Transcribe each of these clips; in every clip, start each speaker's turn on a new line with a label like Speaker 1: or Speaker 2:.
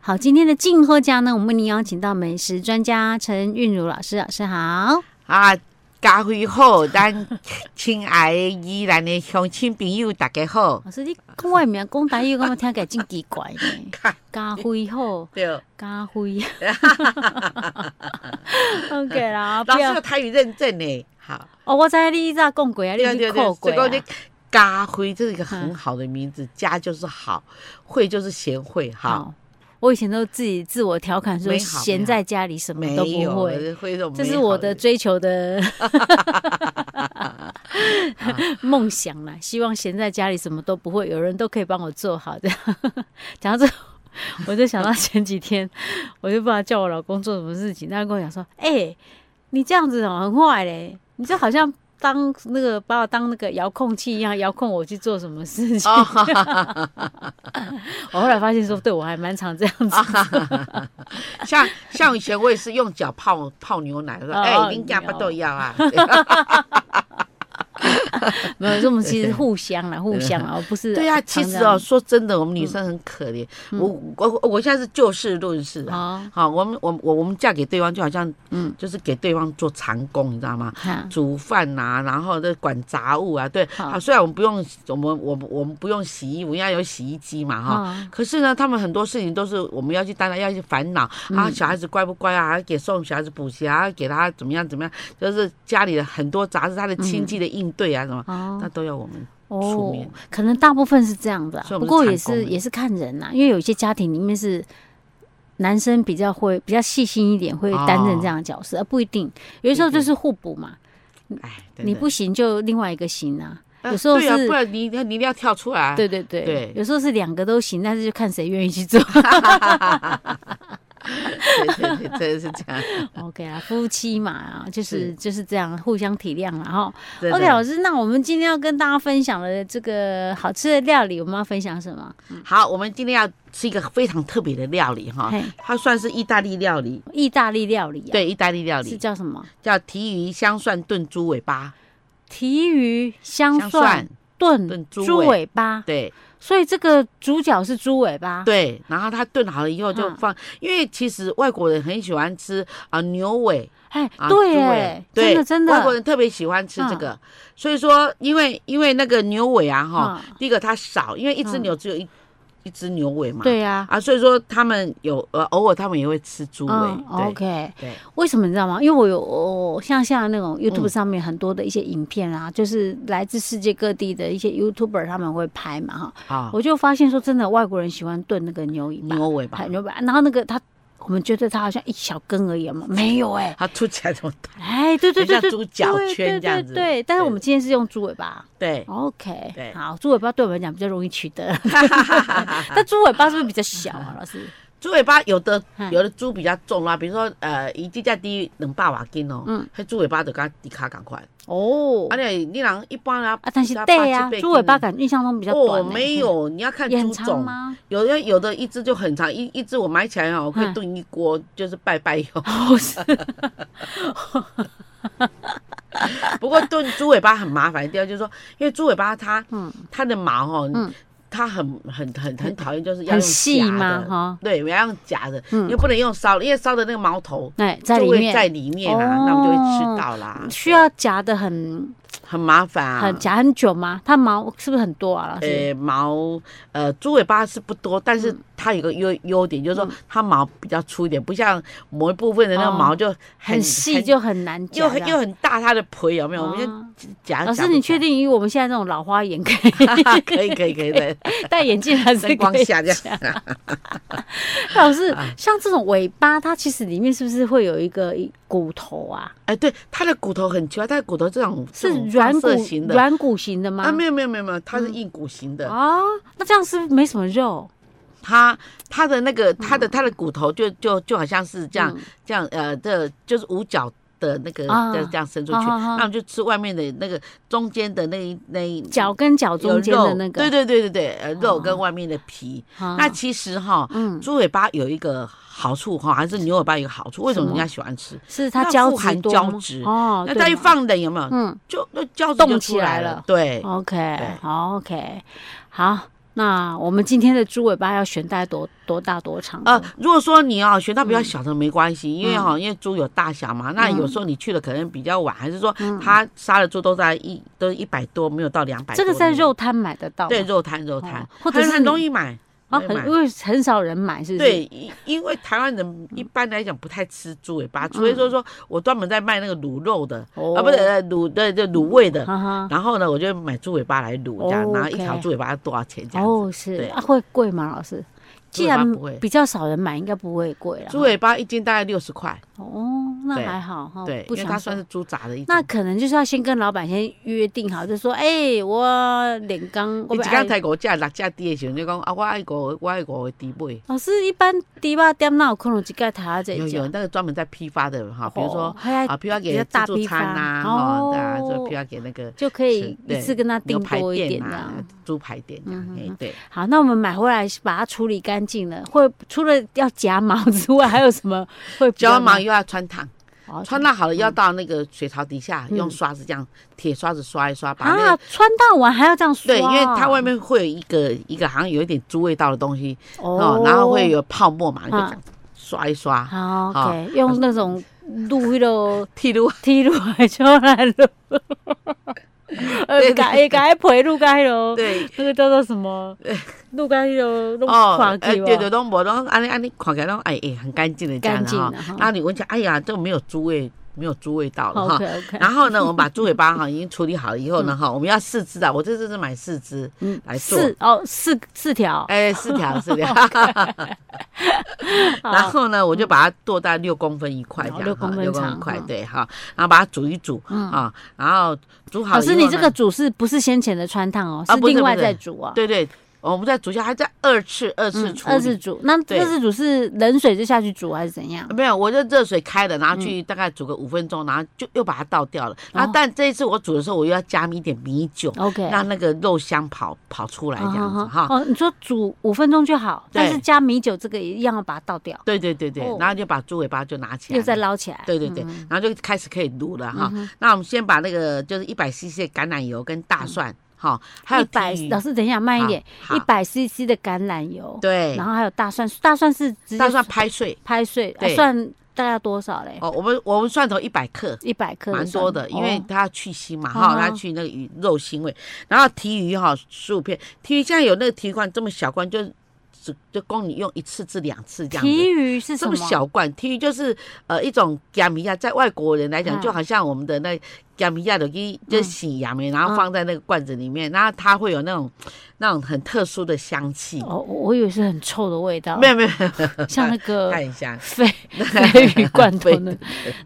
Speaker 1: 好，今天的静候家呢，我们为您邀请到美食专家陈韵如老师，老师好。
Speaker 2: 啊，家辉好， 咱亲爱的宜兰的乡亲朋友，大家好。
Speaker 1: 老师，你讲我的名讲台语，我嘛听起来真奇怪呢
Speaker 2: 看。
Speaker 1: 家辉好，
Speaker 2: 对，
Speaker 1: 家辉。OK 啦，
Speaker 2: 老
Speaker 1: 不
Speaker 2: 师
Speaker 1: 要
Speaker 2: 有台语认证呢。好，
Speaker 1: 啊哦，我知你早讲过啊，你
Speaker 2: 对
Speaker 1: 有去
Speaker 2: 对
Speaker 1: 扣过
Speaker 2: 对，个
Speaker 1: 啊。
Speaker 2: 你家辉这是一个很好的名字，家就是好，会就是贤惠，好，
Speaker 1: 嗯好，我以前都自己自我调侃说，
Speaker 2: 美好
Speaker 1: 闲在家里什么
Speaker 2: 没
Speaker 1: 都不
Speaker 2: 有
Speaker 1: 会。
Speaker 2: 会这种美好，
Speaker 1: 这是我的追求的 梦想啦，希望闲在家里什么都不会，有人都可以帮我做好的。 讲到这，我就想到前几天， 我就不知道叫我老公做什么事情，他就跟我讲说：“哎、你这样子哦、很坏嘞，你就好像当那个把我当那个遥控器一样，遥控我去做什么事情。
Speaker 2: 哦，哈哈哈
Speaker 1: 我后来发现说，对我还蛮常这样子。
Speaker 2: 啊像像以前我也是用脚泡 泡牛奶，说
Speaker 1: 哦
Speaker 2: 哎，
Speaker 1: 哦
Speaker 2: 你
Speaker 1: 你
Speaker 2: 干不
Speaker 1: 哦
Speaker 2: 都要啊？
Speaker 1: 没有，这我们其 实互相啦，互相啦，我不是
Speaker 2: 对呀、
Speaker 1: 常嗯
Speaker 2: 其
Speaker 1: 这
Speaker 2: 实
Speaker 1: 样
Speaker 2: 哦，说真的，我们女生很可怜。我我我现在是就事论事啊。
Speaker 1: 哦，
Speaker 2: 好，我们我们我我们嫁给对方就好像，嗯
Speaker 1: 嗯，
Speaker 2: 就是给对方做长工，你知道吗？
Speaker 1: 哈
Speaker 2: 煮饭呐、然后再管杂物啊，对。
Speaker 1: 好
Speaker 2: 啊，虽然我们不用，我们我们我们不用洗衣服，因为有洗衣机嘛，哈。
Speaker 1: 哦
Speaker 2: 可是呢，他们很多事情都是我们要去担当，要去烦恼
Speaker 1: 嗯
Speaker 2: 啊，小孩子乖不乖啊，还给送小孩子补习啊，给他怎么样怎么样，就是家里的很多杂事，他的
Speaker 1: 嗯
Speaker 2: 亲戚的应对啊，什么，
Speaker 1: 哦
Speaker 2: 那都要我们出
Speaker 1: 哦
Speaker 2: 面，
Speaker 1: 可能大部分是这样的啊、
Speaker 2: 所以我
Speaker 1: 不
Speaker 2: 们
Speaker 1: 过也
Speaker 2: 是产
Speaker 1: 是
Speaker 2: 工
Speaker 1: 也是看人呐、因为有一些家庭里面是男生比较会比较细心一点，会担任这
Speaker 2: 哦
Speaker 1: 样的角色，而啊不一定。有的时候就是互补嘛，
Speaker 2: 哎，真
Speaker 1: 你
Speaker 2: 的
Speaker 1: 不行就另外一个行啊。
Speaker 2: 啊
Speaker 1: 有时候
Speaker 2: 对啊
Speaker 1: 是
Speaker 2: 不然你你你一定要跳出来。啊
Speaker 1: 对对对，
Speaker 2: 对
Speaker 1: 有时候是两个都行，但是就看谁愿意去做。
Speaker 2: 对对对，真的是这样。
Speaker 1: OK 啊，夫妻嘛啊，就是
Speaker 2: 是
Speaker 1: 就是这样，互相体谅啦哈。
Speaker 2: 真的
Speaker 1: OK，老师， 那我们今天要跟大家分享的这个好吃的料理，我们要分享什么？
Speaker 2: 好，我们今天要吃一个非常特别的料理哈
Speaker 1: 嘿，
Speaker 2: 它算是意大利料理，
Speaker 1: 意大利料理、啊，
Speaker 2: 对，意大利料
Speaker 1: 是
Speaker 2: 理
Speaker 1: 叫什么？
Speaker 2: 叫提鱼香蒜炖猪尾巴，
Speaker 1: 提鱼、香
Speaker 2: 香
Speaker 1: 蒜
Speaker 2: 蒜
Speaker 1: 炖
Speaker 2: 炖
Speaker 1: 猪
Speaker 2: 猪
Speaker 1: 尾
Speaker 2: 尾
Speaker 1: 巴，
Speaker 2: 对
Speaker 1: 所以这个主角是猪尾巴。
Speaker 2: 对，然后它炖好了以后就
Speaker 1: 啊嗯
Speaker 2: 放，因为其实外国人很喜欢吃啊牛尾
Speaker 1: 哎
Speaker 2: 啊，猪
Speaker 1: 对
Speaker 2: 尾
Speaker 1: 耶，，真
Speaker 2: 对
Speaker 1: 的真
Speaker 2: 外国
Speaker 1: 的，
Speaker 2: 人特别喜欢吃这个，所以说因为因为那个牛尾啊哈
Speaker 1: 嗯，
Speaker 2: 第一个它少，因为一只牛只有一一只牛尾嘛，
Speaker 1: 对呀。
Speaker 2: 啊，所以说他们有呃，偶尔他们也会吃猪尾，
Speaker 1: 嗯
Speaker 2: 对、
Speaker 1: ，OK，
Speaker 2: 对，
Speaker 1: 为什么你知道吗？因为我有我像像那种 YouTube
Speaker 2: 嗯
Speaker 1: 上面很多的一些影片啊，就是来自世界各地的一些 YouTuber 他们会拍嘛哈，
Speaker 2: 啊，
Speaker 1: 我就发现说真的，外国人喜欢炖那个牛尾巴，
Speaker 2: 牛尾吧
Speaker 1: 哎，牛尾巴，然后那个他我们觉得它好像一小根而已嘛，没有哎，
Speaker 2: 它凸起来这么大，
Speaker 1: 哎，对对
Speaker 2: 很像
Speaker 1: 对对，
Speaker 2: 猪脚
Speaker 1: 对
Speaker 2: 圈这样
Speaker 1: 对
Speaker 2: 子
Speaker 1: 对对，但是
Speaker 2: 对
Speaker 1: 我们今天是用猪尾巴。
Speaker 2: 对，
Speaker 1: OK，
Speaker 2: 对
Speaker 1: 好，猪尾巴对我们来讲比较容易取 得，但猪尾巴是不是比较小啊？老师，
Speaker 2: 猪尾巴有的
Speaker 1: 嗯
Speaker 2: 有的猪比较重啦，比如说呃，一只价低两百瓦斤哦，
Speaker 1: 嗯
Speaker 2: 嗯，它猪尾巴就跟它低卡赶快，
Speaker 1: 哦
Speaker 2: 而，且你人一般啊，
Speaker 1: 啊，但是
Speaker 2: 要八
Speaker 1: 对呀
Speaker 2: 七八，斤
Speaker 1: 猪尾巴
Speaker 2: 的
Speaker 1: 感印象中比较短
Speaker 2: 哦
Speaker 1: 欸，
Speaker 2: 没有，你要看
Speaker 1: 也很
Speaker 2: 猪
Speaker 1: 长
Speaker 2: 种，
Speaker 1: 吗？
Speaker 2: 有的有的一只就很长，一一只我买起来哦，我可
Speaker 1: 嗯
Speaker 2: 以炖一锅，就是拜拜用。
Speaker 1: 哦，是
Speaker 2: 不过炖猪尾巴很麻烦，第二就是说，因为猪尾巴它，
Speaker 1: 嗯
Speaker 2: 它的毛哦，
Speaker 1: 嗯
Speaker 2: 它很很很很讨厌，就是要
Speaker 1: 很
Speaker 2: 用
Speaker 1: 细
Speaker 2: 夹的
Speaker 1: 吗？哈，
Speaker 2: 对，我要用夹的，
Speaker 1: 嗯
Speaker 2: 你又不能用烧的，因为烧的那个毛头
Speaker 1: 哎，在
Speaker 2: 就
Speaker 1: 里
Speaker 2: 会在
Speaker 1: 面
Speaker 2: 里面啦，
Speaker 1: 哦
Speaker 2: 那我们就会吃到啦，
Speaker 1: 需要夹的很
Speaker 2: 很麻烦啊。
Speaker 1: 很夹很久吗？它毛是不是很多啊？老师，
Speaker 2: 呃，毛呃，猪尾巴是不多，但是
Speaker 1: 嗯
Speaker 2: 它有个优优点，就是说它毛比较粗一点，不像某一部分的那个
Speaker 1: 哦
Speaker 2: 毛就很
Speaker 1: 很细就很难夹
Speaker 2: 又
Speaker 1: 的。
Speaker 2: 很又很大，它的腿有没有？我们就
Speaker 1: 哦
Speaker 2: 夹。
Speaker 1: 老
Speaker 2: 夹
Speaker 1: 师，
Speaker 2: 不
Speaker 1: 你
Speaker 2: 起
Speaker 1: 确
Speaker 2: 来？
Speaker 1: 定以我们现在这种老花眼可以
Speaker 2: 可以可以可以的，
Speaker 1: 戴眼镜还是可
Speaker 2: 灯
Speaker 1: 以
Speaker 2: 光下这样。
Speaker 1: 老师，
Speaker 2: 啊
Speaker 1: 像这种尾巴，它其实里面是不是会有一个骨头啊？
Speaker 2: 哎，对，它的骨头很奇怪，它的骨头这种
Speaker 1: 是
Speaker 2: 这种
Speaker 1: 软
Speaker 2: 放
Speaker 1: 骨
Speaker 2: 射型的
Speaker 1: 软骨型的吗？
Speaker 2: 啊，没有没有没有没有，它是硬骨型的，
Speaker 1: 啊，那这样是不是没什么肉？
Speaker 2: 它它的那个
Speaker 1: 嗯
Speaker 2: 它的它的骨头就就就好像是这样这样呃，这就是五角的那个
Speaker 1: 啊
Speaker 2: 这这样伸出
Speaker 1: 好
Speaker 2: 去，
Speaker 1: 好好
Speaker 2: 那我们就吃外面的那个中间的那一那一
Speaker 1: 脚跟脚
Speaker 2: 有
Speaker 1: 中间的
Speaker 2: 肉
Speaker 1: 那个，
Speaker 2: 对对对对对，呃，
Speaker 1: 哦
Speaker 2: 肉跟外面的皮。
Speaker 1: 啊
Speaker 2: 那其实哈，
Speaker 1: 嗯
Speaker 2: 猪尾巴有一个好处哈，还是牛尾巴有一个好处，为什么
Speaker 1: 什么
Speaker 2: 人家喜欢吃？
Speaker 1: 是它
Speaker 2: 那
Speaker 1: 胶
Speaker 2: 富
Speaker 1: 质
Speaker 2: 含
Speaker 1: 多
Speaker 2: 胶
Speaker 1: 吗
Speaker 2: 质
Speaker 1: 哦，
Speaker 2: 那
Speaker 1: 对
Speaker 2: 再一
Speaker 1: 嘛，
Speaker 2: 放冷有没有？
Speaker 1: 嗯
Speaker 2: 就那胶质就
Speaker 1: 动
Speaker 2: 出
Speaker 1: 起来
Speaker 2: 来
Speaker 1: 了
Speaker 2: 了。对，
Speaker 1: ，OK，OK，好。那我们今天的猪尾巴要选大概多多大多长？
Speaker 2: 呃，如果说你啊选到
Speaker 1: 嗯
Speaker 2: 比较小的没关系，因为哈、因为猪有大小嘛，那有时
Speaker 1: 嗯
Speaker 2: 候你去的可能比较晚，还是说他杀的猪都在一都一百多，没有到两百。
Speaker 1: 这个在肉摊买得到吗，
Speaker 2: 对肉摊肉摊
Speaker 1: 哦，或者
Speaker 2: 很
Speaker 1: 是
Speaker 2: 很容易买
Speaker 1: 啊，
Speaker 2: 容易
Speaker 1: 很
Speaker 2: 买
Speaker 1: 因为很少人嗯买，是不是？
Speaker 2: 对，因因为台湾人一般来讲不太吃猪尾巴，除非说说我专门在卖那个卤肉的，
Speaker 1: 嗯哦
Speaker 2: 啊不是呃卤的就卤味的，
Speaker 1: 哈哈，
Speaker 2: 然后呢我就买猪尾巴来卤，这样，
Speaker 1: 哦
Speaker 2: 然后一条
Speaker 1: OK
Speaker 2: 猪尾巴多少钱这样子？
Speaker 1: 哦是
Speaker 2: 对
Speaker 1: 啊，会贵吗，老师？既
Speaker 2: 猪尾巴
Speaker 1: 然
Speaker 2: 不会
Speaker 1: 比较少人买，应该不会贵了。
Speaker 2: 猪尾巴一斤大概六十块，
Speaker 1: 哦，那
Speaker 2: 对
Speaker 1: 还好哈，
Speaker 2: 对，
Speaker 1: 不
Speaker 2: 因为
Speaker 1: 想
Speaker 2: 它算是猪杂的一种
Speaker 1: 那。可能就是要先跟老板先约定好，就说，哎、我脸刚，我
Speaker 2: 你
Speaker 1: 不哎
Speaker 2: 一
Speaker 1: 爱
Speaker 2: 刚才五只六只猪的时候，你讲啊，我爱五，我爱五个猪尾。
Speaker 1: 老师一般迪吧店那有可能一盖台啊这
Speaker 2: 有有
Speaker 1: 家，
Speaker 2: 那个专门在批发的哈，比如说
Speaker 1: 哦还
Speaker 2: 啊，批发
Speaker 1: 比
Speaker 2: 给
Speaker 1: 较大
Speaker 2: 自助
Speaker 1: 批发
Speaker 2: 餐呐，
Speaker 1: 哦
Speaker 2: 哈，对啊，就批发给那个
Speaker 1: 就可以
Speaker 2: 是
Speaker 1: 一次跟他
Speaker 2: 牛
Speaker 1: 订
Speaker 2: 排
Speaker 1: 多一
Speaker 2: 店
Speaker 1: 点嗯这样。
Speaker 2: 啊，猪排店这样，哎，对。
Speaker 1: 好，那我们买回来是把它处理干净了，会除了要夹毛之外，还有什么会比
Speaker 2: 脚
Speaker 1: 较
Speaker 2: 完毛
Speaker 1: 麻
Speaker 2: 又要穿烫，
Speaker 1: 哦嗯
Speaker 2: 穿烫好了要到那个水槽底下，用刷子这样铁刷子刷一刷，把那
Speaker 1: 啊
Speaker 2: 个。？
Speaker 1: 穿到完还要这样刷？
Speaker 2: 对，因为它外面会有一个一个好像有一点猪味道的东西
Speaker 1: 哦
Speaker 2: 哦，，然后会有泡沫嘛，你就
Speaker 1: 啊
Speaker 2: 这样刷一刷，
Speaker 1: 好
Speaker 2: 好
Speaker 1: OK，用那种路迄 落
Speaker 2: 剃噜
Speaker 1: 剃路来出来了，呃，
Speaker 2: 对
Speaker 1: 改改陪路改咯，
Speaker 2: 对。
Speaker 1: 那个叫做什么？路改咯，弄垮
Speaker 2: 哎
Speaker 1: 去
Speaker 2: 对
Speaker 1: 吧。
Speaker 2: 对，都无拢安尼安尼，看起来拢哎哎很干净的这样
Speaker 1: 干
Speaker 2: 的
Speaker 1: 净
Speaker 2: 哈
Speaker 1: 的哈。
Speaker 2: 然后你闻起来，哎呀，这没有猪味，没有猪味道了哈。
Speaker 1: OK OK，
Speaker 2: 然后呢，我们把猪尾巴哈已经处理好了以
Speaker 1: 嗯
Speaker 2: 后呢，哈，我们要四只啊，我这次是买四只来做。
Speaker 1: 四哦四四条，
Speaker 2: 哎，四条 四条，然后呢，我就把它剁到六公分一块这样，
Speaker 1: 六公分
Speaker 2: 哈六公分
Speaker 1: 长
Speaker 2: 一块
Speaker 1: 嗯
Speaker 2: 对哈，然后把它煮一煮啊，然后煮好
Speaker 1: 老
Speaker 2: 了以后
Speaker 1: 师，
Speaker 2: 呢。
Speaker 1: 你这个煮哦是不是先前的穿烫哦？
Speaker 2: 啊
Speaker 1: 是
Speaker 2: 不是
Speaker 1: 另外
Speaker 2: 不是
Speaker 1: 再煮啊？
Speaker 2: 对对，我们再煮一下，还在二次二次
Speaker 1: 嗯，
Speaker 2: 处理。
Speaker 1: 二次煮。那
Speaker 2: 对
Speaker 1: 二次煮是冷水就下去煮还是怎样？
Speaker 2: 没有，我就热水开了，然
Speaker 1: 嗯
Speaker 2: 后去大概煮个五分钟，然后就又把它倒掉了。然后
Speaker 1: 哦
Speaker 2: 但这一次我煮的时候，我又要加一点米酒，
Speaker 1: OK，
Speaker 2: 让那个肉香跑跑出来这样子
Speaker 1: 哦
Speaker 2: 哈。
Speaker 1: 哦，你说煮五分钟就好，
Speaker 2: 对
Speaker 1: 但是加米酒这个一样要把它倒掉，
Speaker 2: 对对对对
Speaker 1: 哦，
Speaker 2: 然后就把猪尾巴就拿起来，
Speaker 1: 又再嗯捞起来。
Speaker 2: 对对对，然后就开始可以卤了哈。那我们先把那个就是一百 CC 的橄榄油跟大蒜哈，还有
Speaker 1: 嗯一百
Speaker 2: 提，鱼
Speaker 1: 老师等一下慢一点，
Speaker 2: 好
Speaker 1: 一
Speaker 2: 好
Speaker 1: 百 CC 的橄榄油，
Speaker 2: 对
Speaker 1: 然，后还有大蒜，大蒜是直接
Speaker 2: 大蒜拍碎
Speaker 1: 拍碎，啊
Speaker 2: 对
Speaker 1: 蒜大概要多少嘞？
Speaker 2: 哦，我们我们蒜头一百克。
Speaker 1: 一百克，
Speaker 2: 蛮多的，因为
Speaker 1: 哦
Speaker 2: 它要去腥嘛，
Speaker 1: 哦
Speaker 2: 哈，它去那个鱼肉腥味。然后提鱼哈，十五片，提鱼现在有那个提鱼罐，这么小罐，就只就供你用一次至两次这样
Speaker 1: 提
Speaker 2: 子。
Speaker 1: 鱼是什
Speaker 2: 这
Speaker 1: 么
Speaker 2: 么？小罐，提鱼就是呃一种亚米亚，在外国人来讲，
Speaker 1: 嗯
Speaker 2: 就好像我们的那亚米亚的一就洗亚米，然
Speaker 1: 嗯
Speaker 2: 后放在那个罐子里面，然后它会有那种那种很特殊的香气。
Speaker 1: 哦，我我以为是很臭的味道
Speaker 2: 没，有没有，
Speaker 1: 像那个
Speaker 2: 看 一下，
Speaker 1: 鲱鲱鱼罐头
Speaker 2: 对
Speaker 1: 呢？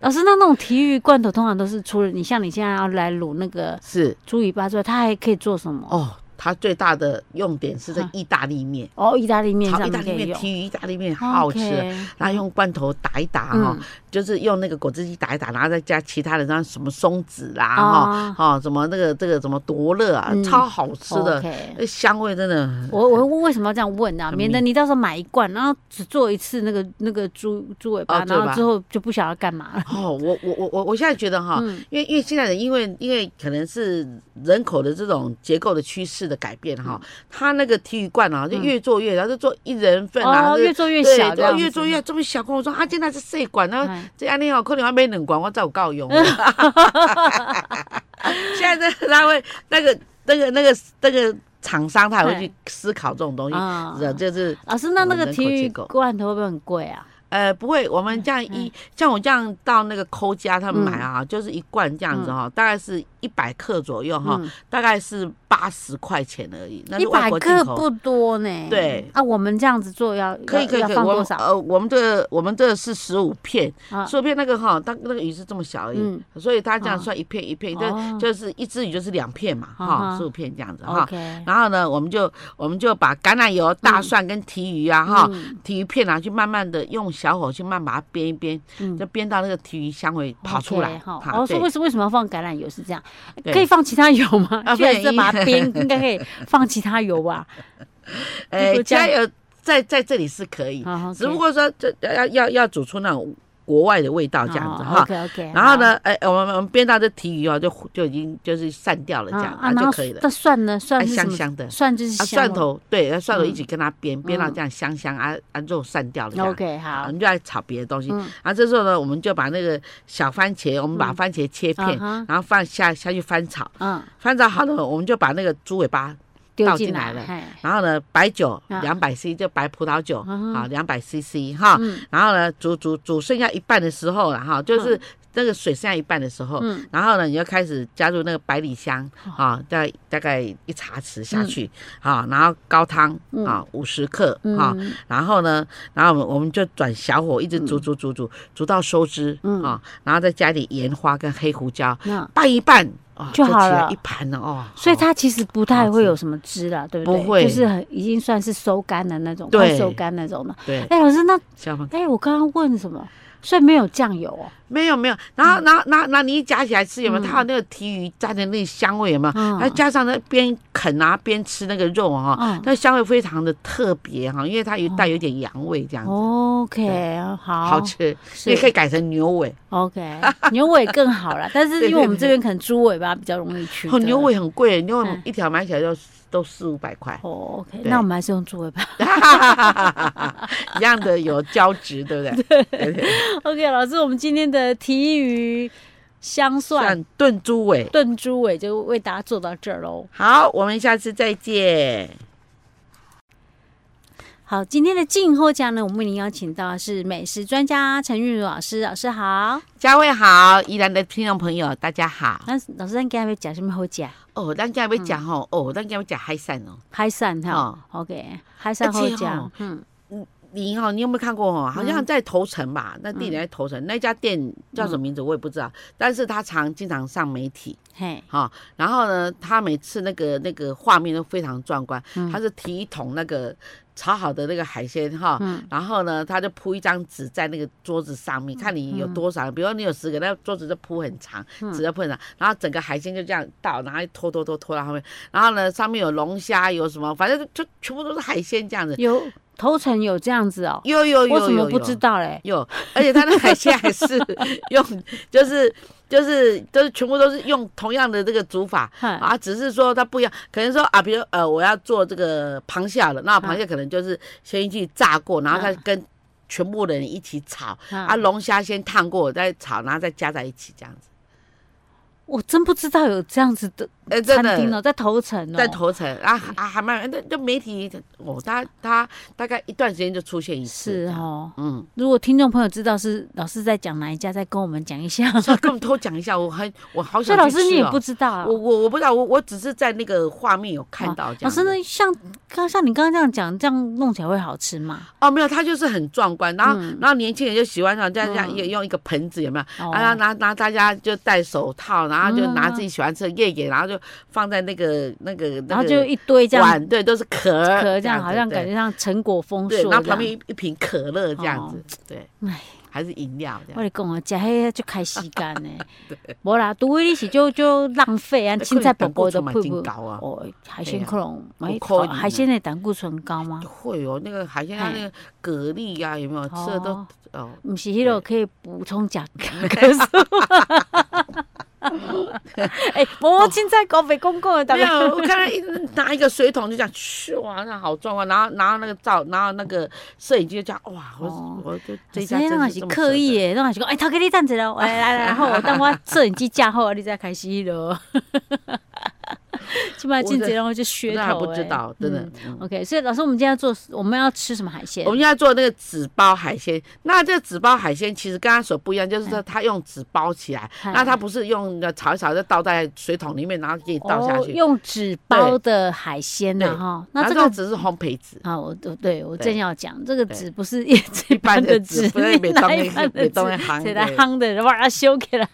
Speaker 1: 老师，那那种提鱼罐头通常都是除了你像你现在要来卤那个
Speaker 2: 是
Speaker 1: 猪尾巴之外，它还可以做什么？
Speaker 2: 哦，它最大的用点是在
Speaker 1: 嗯
Speaker 2: 意大利面。
Speaker 1: 哦，意大利面
Speaker 2: 炒
Speaker 1: 上
Speaker 2: 意大
Speaker 1: 面可
Speaker 2: 利
Speaker 1: 以
Speaker 2: 面，
Speaker 1: 用。哦
Speaker 2: 提鱼意大利面好好吃。
Speaker 1: OK
Speaker 2: 然后用罐头打一打哈、
Speaker 1: 嗯
Speaker 2: 就是用那个果汁机打一打，然后再加其他的，像什么松子啦
Speaker 1: 啊
Speaker 2: 哈，哈、哦什么那个这个什么多乐啊，
Speaker 1: 嗯
Speaker 2: 超好吃的
Speaker 1: OK
Speaker 2: 那香味真的。
Speaker 1: 我我为什么要这样问啊？
Speaker 2: 很
Speaker 1: 免得你到时候买一罐，然后只做一次那个那个猪猪尾巴，
Speaker 2: 哦
Speaker 1: 然
Speaker 2: 对
Speaker 1: 后
Speaker 2: 吧
Speaker 1: 之后就不晓得干 嘛了。
Speaker 2: 哦，我我我我我现在觉得哈、
Speaker 1: 嗯
Speaker 2: 因为因为现在的因为因为可能是人口的这种结构的趋势的改变哈、
Speaker 1: 嗯
Speaker 2: 它那个体育罐啊就越做越，然后就做一人份啊，
Speaker 1: 哦，
Speaker 2: 就
Speaker 1: 越做越
Speaker 2: 对
Speaker 1: 小，这
Speaker 2: 对
Speaker 1: 样
Speaker 2: 越
Speaker 1: 子
Speaker 2: 做越这么小。跟我说啊，今天是细管，然后
Speaker 1: 哎
Speaker 2: 这安尼哦，可能要买两罐，我才有 够用。现在这他会那个那个那个那个厂商，他还会去思考这种东西，
Speaker 1: 啊
Speaker 2: 是吧就是
Speaker 1: 老师，那那个
Speaker 2: 人口
Speaker 1: 体育
Speaker 2: 结构
Speaker 1: 罐头会不会很贵啊？
Speaker 2: 呃不会，我们这
Speaker 1: 嗯
Speaker 2: 样一像我这样到那个抠家他们买啊，就是一罐这样子
Speaker 1: 嗯
Speaker 2: 哈，大概是一百克左右哈，大概是八十块钱而已。那
Speaker 1: 一
Speaker 2: 是外
Speaker 1: 百
Speaker 2: 国进
Speaker 1: 克
Speaker 2: 口
Speaker 1: 不多呢。
Speaker 2: 对
Speaker 1: 啊，我们这样子做要
Speaker 2: 可以
Speaker 1: 要
Speaker 2: 可以
Speaker 1: 要
Speaker 2: 可以，
Speaker 1: 放
Speaker 2: 我
Speaker 1: 多
Speaker 2: 们
Speaker 1: 少？
Speaker 2: 呃，我们这个我们这个是十五片
Speaker 1: 啊，
Speaker 2: 十五片那个哈，当那个鱼是这么小而已
Speaker 1: 嗯，
Speaker 2: 所以它这样算一片一片，
Speaker 1: 哦
Speaker 2: 就就是一只鱼就是两片嘛，
Speaker 1: 啊哈
Speaker 2: 哈，十五片这样子哈。
Speaker 1: OK，
Speaker 2: 然后呢，我们就我们就把橄榄油、大蒜跟提鱼啊哈
Speaker 1: 嗯，
Speaker 2: 提鱼片拿去慢慢的用小火去慢慢把它煸一煸，
Speaker 1: 嗯
Speaker 2: 就煸到那个提鱼香味跑出来
Speaker 1: OK，好，
Speaker 2: 哈
Speaker 1: 哦，说
Speaker 2: 对
Speaker 1: 为什为什么要放橄榄油是这样？
Speaker 2: 对
Speaker 1: 可以放其他油吗？
Speaker 2: 啊
Speaker 1: 居然
Speaker 2: 不
Speaker 1: 是
Speaker 2: 然
Speaker 1: 把它
Speaker 2: 一
Speaker 1: 煸，应该可以放其他油 吧？如
Speaker 2: 哎
Speaker 1: 果，这样
Speaker 2: 加油在在这里是可以
Speaker 1: 好，，OK
Speaker 2: 只不过说这要要要要煮出那种国外的味道这样子哈。
Speaker 1: 哦 OK OK。
Speaker 2: 然后呢，哎，我们我们边到这提鱼哦，就就已经就是散掉了
Speaker 1: 好，
Speaker 2: 这样
Speaker 1: 啊
Speaker 2: 啊
Speaker 1: 然
Speaker 2: 就
Speaker 1: 后
Speaker 2: 可以了。
Speaker 1: 那蒜呢？蒜
Speaker 2: 哎
Speaker 1: 是什
Speaker 2: 香
Speaker 1: 么？
Speaker 2: 香的，
Speaker 1: 蒜就是
Speaker 2: 啊
Speaker 1: 香
Speaker 2: 蒜头对，啊蒜头
Speaker 1: 嗯
Speaker 2: 一起跟它煸，煸到
Speaker 1: 嗯
Speaker 2: 这样香香啊啊肉散掉了这样。
Speaker 1: OK 好
Speaker 2: 我，们就来炒别的东西。
Speaker 1: 嗯
Speaker 2: 然后这时候呢，我们就把那个小番茄，我们把
Speaker 1: 嗯
Speaker 2: 番茄切片，
Speaker 1: 啊哈
Speaker 2: 然后放下下去翻炒，
Speaker 1: 嗯，
Speaker 2: 翻炒好了，我们就把那个猪尾巴，
Speaker 1: 丢
Speaker 2: 倒
Speaker 1: 进
Speaker 2: 进
Speaker 1: 来
Speaker 2: 来了
Speaker 1: 嘿
Speaker 2: 然后呢白酒
Speaker 1: 啊
Speaker 2: 两百 c 就白葡萄酒
Speaker 1: 啊
Speaker 2: 啊两百 cc 哈，
Speaker 1: 嗯
Speaker 2: 然后呢煮煮煮剩下一半的时候了哈，就是那个水剩下一半的时候，
Speaker 1: 啊嗯哦
Speaker 2: 然后呢，你就开始加入那个百里香啊，大概大概一茶匙下去啊，然后高汤啊五十克啊，
Speaker 1: 嗯嗯
Speaker 2: 然后呢，然后我们我们就转小火一直煮煮煮煮煮到收汁
Speaker 1: 嗯
Speaker 2: 啊，然后再加点盐花跟黑胡椒
Speaker 1: 那
Speaker 2: 拌一拌啊，
Speaker 1: 就好
Speaker 2: 起来
Speaker 1: 了
Speaker 2: 一盘了哦。
Speaker 1: 所以
Speaker 2: 好
Speaker 1: 它其实不太会有什么汁啦，对对？
Speaker 2: 不会
Speaker 1: 就是很已经算是收干的那种，
Speaker 2: 对
Speaker 1: 快收干那种的。
Speaker 2: 对，
Speaker 1: 哎，老师，那
Speaker 2: 小朋
Speaker 1: 哎，我刚刚问什么？所以没有酱油哦，
Speaker 2: 没有没有，然后然后然后然后你一夹起来吃有没有？
Speaker 1: 嗯
Speaker 2: 它有那个提鱼蘸的那个香味有没有？
Speaker 1: 嗯
Speaker 2: 还加上那边啃啊边吃那个肉啊，
Speaker 1: 嗯
Speaker 2: 那香味非常的特别哈，因为它有带有点羊味这样子，
Speaker 1: ，OK，好，
Speaker 2: 好吃，
Speaker 1: 哦是
Speaker 2: 也可以改成牛尾，
Speaker 1: OK，牛尾更好啦，但是
Speaker 2: 对
Speaker 1: 因为我们
Speaker 2: 对对
Speaker 1: 这边可能猪尾巴比较容易取得。
Speaker 2: 哦，牛尾很贵，牛尾
Speaker 1: 嗯，
Speaker 2: 一条买起来就都四五百块
Speaker 1: 哦，OK，
Speaker 2: 对
Speaker 1: 那我们还是用猪尾巴。
Speaker 2: 一样的有胶质，对不对？对对
Speaker 1: OK，老师，我们今天的提鱼香蒜
Speaker 2: 算炖猪尾。
Speaker 1: 炖猪尾就为大家做到这儿喽。
Speaker 2: 好，我们下次再见。
Speaker 1: 好，今天的静候家呢，我们为您邀请到的是美食专家陈韵如老师，老师好。
Speaker 2: 嘉惠好，宜兰的听众朋友大家好。
Speaker 1: 那老师，咱今日要讲什么好食？
Speaker 2: 哦，咱今日要讲吼，哦，咱今日要讲海产哦。
Speaker 1: 海产哈、o k 海产好
Speaker 2: 而且
Speaker 1: 讲
Speaker 2: 哦，
Speaker 1: 嗯，
Speaker 2: 你哦，你有没有看过哦？好像在头城吧，那地点在头城，那家店叫什么名字我也不知道，但是他常经常上媒体。
Speaker 1: 嘿，
Speaker 2: 哈、然后呢，他每次那个那个画面都非常壮观，
Speaker 1: 嗯
Speaker 2: 他是提一桶那个炒好的那个海鲜哈，
Speaker 1: 嗯
Speaker 2: 然后呢，他就铺一张纸在那个桌子上面，看你
Speaker 1: 嗯
Speaker 2: 有多少，比如说你有十个，那桌子就铺很长，纸就铺很长，然后整个海鲜就这样倒，然后拖拖拖拖到后面，然后呢，上面有龙虾，有什么，反正就就全部都是海鲜这样子，
Speaker 1: 有头城有这样子哦，
Speaker 2: 有有
Speaker 1: 我
Speaker 2: 有
Speaker 1: 怎么
Speaker 2: 有
Speaker 1: 不知
Speaker 2: 有。
Speaker 1: 道嘞？
Speaker 2: 有，而且他的海鲜还是 用，就是就是就是全部都是用同样的这个煮法，
Speaker 1: 嗨
Speaker 2: 啊，只是说它不一样，可能说啊，比如呃，我要做这个螃蟹好了，
Speaker 1: 啊
Speaker 2: 那螃蟹可能就是先去炸过，然后再跟全部的人一起炒，啊，
Speaker 1: 啊，
Speaker 2: 龙虾先烫过再炒，然后再加在一起这样子。
Speaker 1: 我真不知道有这样子的
Speaker 2: 哎，真
Speaker 1: 餐厅
Speaker 2: 的
Speaker 1: 哦，在头城哦，
Speaker 2: 在头层啊啊，还蛮那那媒体哦，他他大概一段时间就出现一
Speaker 1: 是，
Speaker 2: 次，
Speaker 1: 哦。
Speaker 2: 嗯，
Speaker 1: 如果听众朋友知道是老师在讲哪一家，再跟我们讲一下。
Speaker 2: 所 以跟我们偷讲一下，我很我好
Speaker 1: 所
Speaker 2: 想
Speaker 1: 以老
Speaker 2: 去
Speaker 1: 师
Speaker 2: 吃
Speaker 1: 你也
Speaker 2: 哦
Speaker 1: 不知道啊
Speaker 2: 我。我我不知道，我我只是在那个画面有看到这
Speaker 1: 啊老
Speaker 2: 样子。
Speaker 1: 师，那像刚像你刚刚这样讲，这样弄起来会好吃吗？
Speaker 2: 哦，没有，他就是很壮观，然后、
Speaker 1: 嗯
Speaker 2: 然后年轻人就喜欢上这样这样
Speaker 1: 嗯
Speaker 2: 用用一个盆子，有没有？
Speaker 1: 哦
Speaker 2: 啊，然后拿拿大家就戴手套，然后就拿
Speaker 1: 嗯
Speaker 2: 自己喜欢吃的叶叶，然后就放在那个那个那个
Speaker 1: 然后就一堆这样
Speaker 2: 碗，对，都是壳
Speaker 1: 壳，这样
Speaker 2: 子
Speaker 1: 好像
Speaker 2: 对
Speaker 1: 感觉像成果丰
Speaker 2: 对，
Speaker 1: 硕。
Speaker 2: 然后旁边一一瓶可乐这样子，对
Speaker 1: 哎，
Speaker 2: 还是饮料这
Speaker 1: 我
Speaker 2: 样。
Speaker 1: 咧讲啊，食迄就开时间呢。 无啦，除非你是就就浪费
Speaker 2: 哎
Speaker 1: 啊，凊彩薄薄的
Speaker 2: 胆
Speaker 1: 配
Speaker 2: 固醇嘛真
Speaker 1: 不。
Speaker 2: 高啊，
Speaker 1: 哦，海鲜可能
Speaker 2: 有
Speaker 1: 没
Speaker 2: 可能啊
Speaker 1: 海鲜的胆固醇高吗？
Speaker 2: 会哦，那个海鲜像
Speaker 1: 嘿
Speaker 2: 那个蛤蜊呀，有没有吃的都
Speaker 1: 哦
Speaker 2: 哦，
Speaker 1: 不是迄个可以补充钾可是， 哎，我凊彩讲白讲讲的，大
Speaker 2: 没有，
Speaker 1: 家
Speaker 2: 我看他一直拿一个水桶就这样，去哇，那好壮观。然后，然后那个照，然后那个摄影机就这样，哇，我、
Speaker 1: 哦
Speaker 2: 我就这
Speaker 1: 这
Speaker 2: 家
Speaker 1: 那
Speaker 2: 真
Speaker 1: 也
Speaker 2: 是
Speaker 1: 是
Speaker 2: 这么
Speaker 1: 刻意
Speaker 2: 舍
Speaker 1: 的，那也是 讲，哎，头给你站起来，来来来，然后我等我摄影机架好，你再开始咯。 起码进这种就
Speaker 2: 得，
Speaker 1: 噱
Speaker 2: 那还
Speaker 1: 头
Speaker 2: 不知
Speaker 1: 哎
Speaker 2: 道，真的。
Speaker 1: 嗯
Speaker 2: 嗯
Speaker 1: OK，所以老师，我们今天要做，我们要吃什么海鲜
Speaker 2: 我？们要做那个纸包海鲜，那这纸包海鲜其实跟它所不一样，就是说它用纸包起来，
Speaker 1: 哎
Speaker 2: 那它不是用那炒一炒就倒在水桶里面，然后给你倒下
Speaker 1: 哦、
Speaker 2: 去。
Speaker 1: 用纸包的海鲜呢、哈。
Speaker 2: 然
Speaker 1: 那
Speaker 2: 后
Speaker 1: 这
Speaker 2: 这个
Speaker 1: 个
Speaker 2: 纸是烘焙纸，
Speaker 1: 啊，我我对我正要讲，这个
Speaker 2: 对
Speaker 1: 纸不是 一
Speaker 2: 一
Speaker 1: 一
Speaker 2: 般
Speaker 1: 般
Speaker 2: 的
Speaker 1: 的
Speaker 2: 纸
Speaker 1: 纸，
Speaker 2: 不是
Speaker 1: 你
Speaker 2: 每
Speaker 1: 拿
Speaker 2: 当
Speaker 1: 一
Speaker 2: 那
Speaker 1: 般的
Speaker 2: 每当那
Speaker 1: 纸，
Speaker 2: 行
Speaker 1: 谁来
Speaker 2: 的。
Speaker 1: 夯的，然后把它修起来。